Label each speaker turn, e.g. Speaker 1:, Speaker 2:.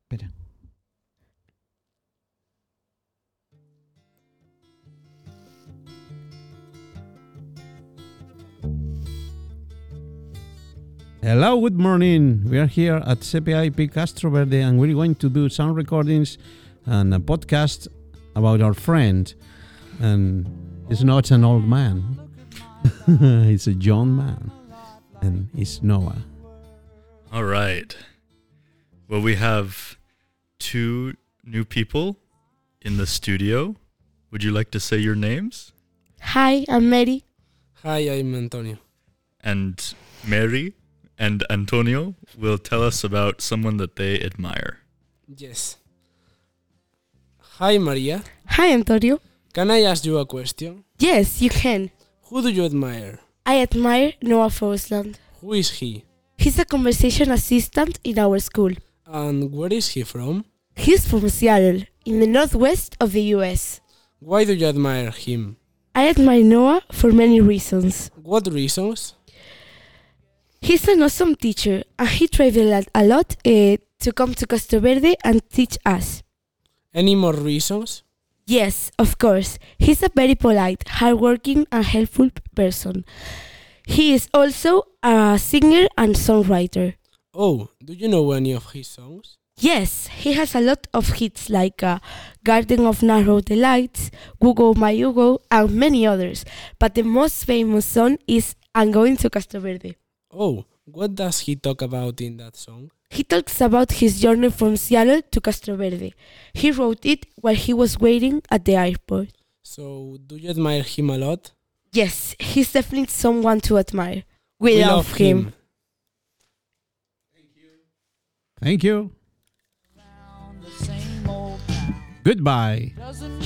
Speaker 1: Espera. Hello, good morning. We are here at CPIP Castro Verde and we're going to do some recordings and a podcast about our friend. And it's not an old man, it's a young man. And it's Noah.
Speaker 2: All right. Well, we have two new people in the studio. Would you like to say your names?
Speaker 3: Hi, I'm Mary.
Speaker 4: Hi, I'm Antonio.
Speaker 2: And Mary and Antonio will tell us about someone that they admire.
Speaker 4: Yes. Hi, Maria.
Speaker 3: Hi, Antonio.
Speaker 4: Can I ask you a question?
Speaker 3: Yes, you can.
Speaker 4: Who do you admire?
Speaker 3: I admire Noah Forsland.
Speaker 4: Who is he?
Speaker 3: He's a conversation assistant in our school.
Speaker 4: And where is he from?
Speaker 3: He's from Seattle, in the northwest of the US.
Speaker 4: Why do you admire him?
Speaker 3: I admire Noah for many reasons.
Speaker 4: What reasons?
Speaker 3: He's an awesome teacher, and he traveled a- a lot eh, to come to Castro Verde and teach us.
Speaker 4: Any more reasons?
Speaker 3: Yes, of course. He's a very polite, hardworking, and helpful person. He is also a singer and songwriter.
Speaker 4: Oh, do you know any of his songs?
Speaker 3: Yes, he has a lot of hits like uh, Garden of Narrow Delights, Google My Hugo, and many others. But the most famous song is I'm Going to Castro Verde.
Speaker 4: Oh, what does he talk about in that song?
Speaker 3: He talks about his journey from Seattle to Castro Verde. He wrote it while he was waiting at the airport.
Speaker 4: So, do you admire him a lot?
Speaker 3: Yes, he's definitely someone to admire. We, love, him.
Speaker 1: Thank you. Goodbye.
Speaker 5: Doesn't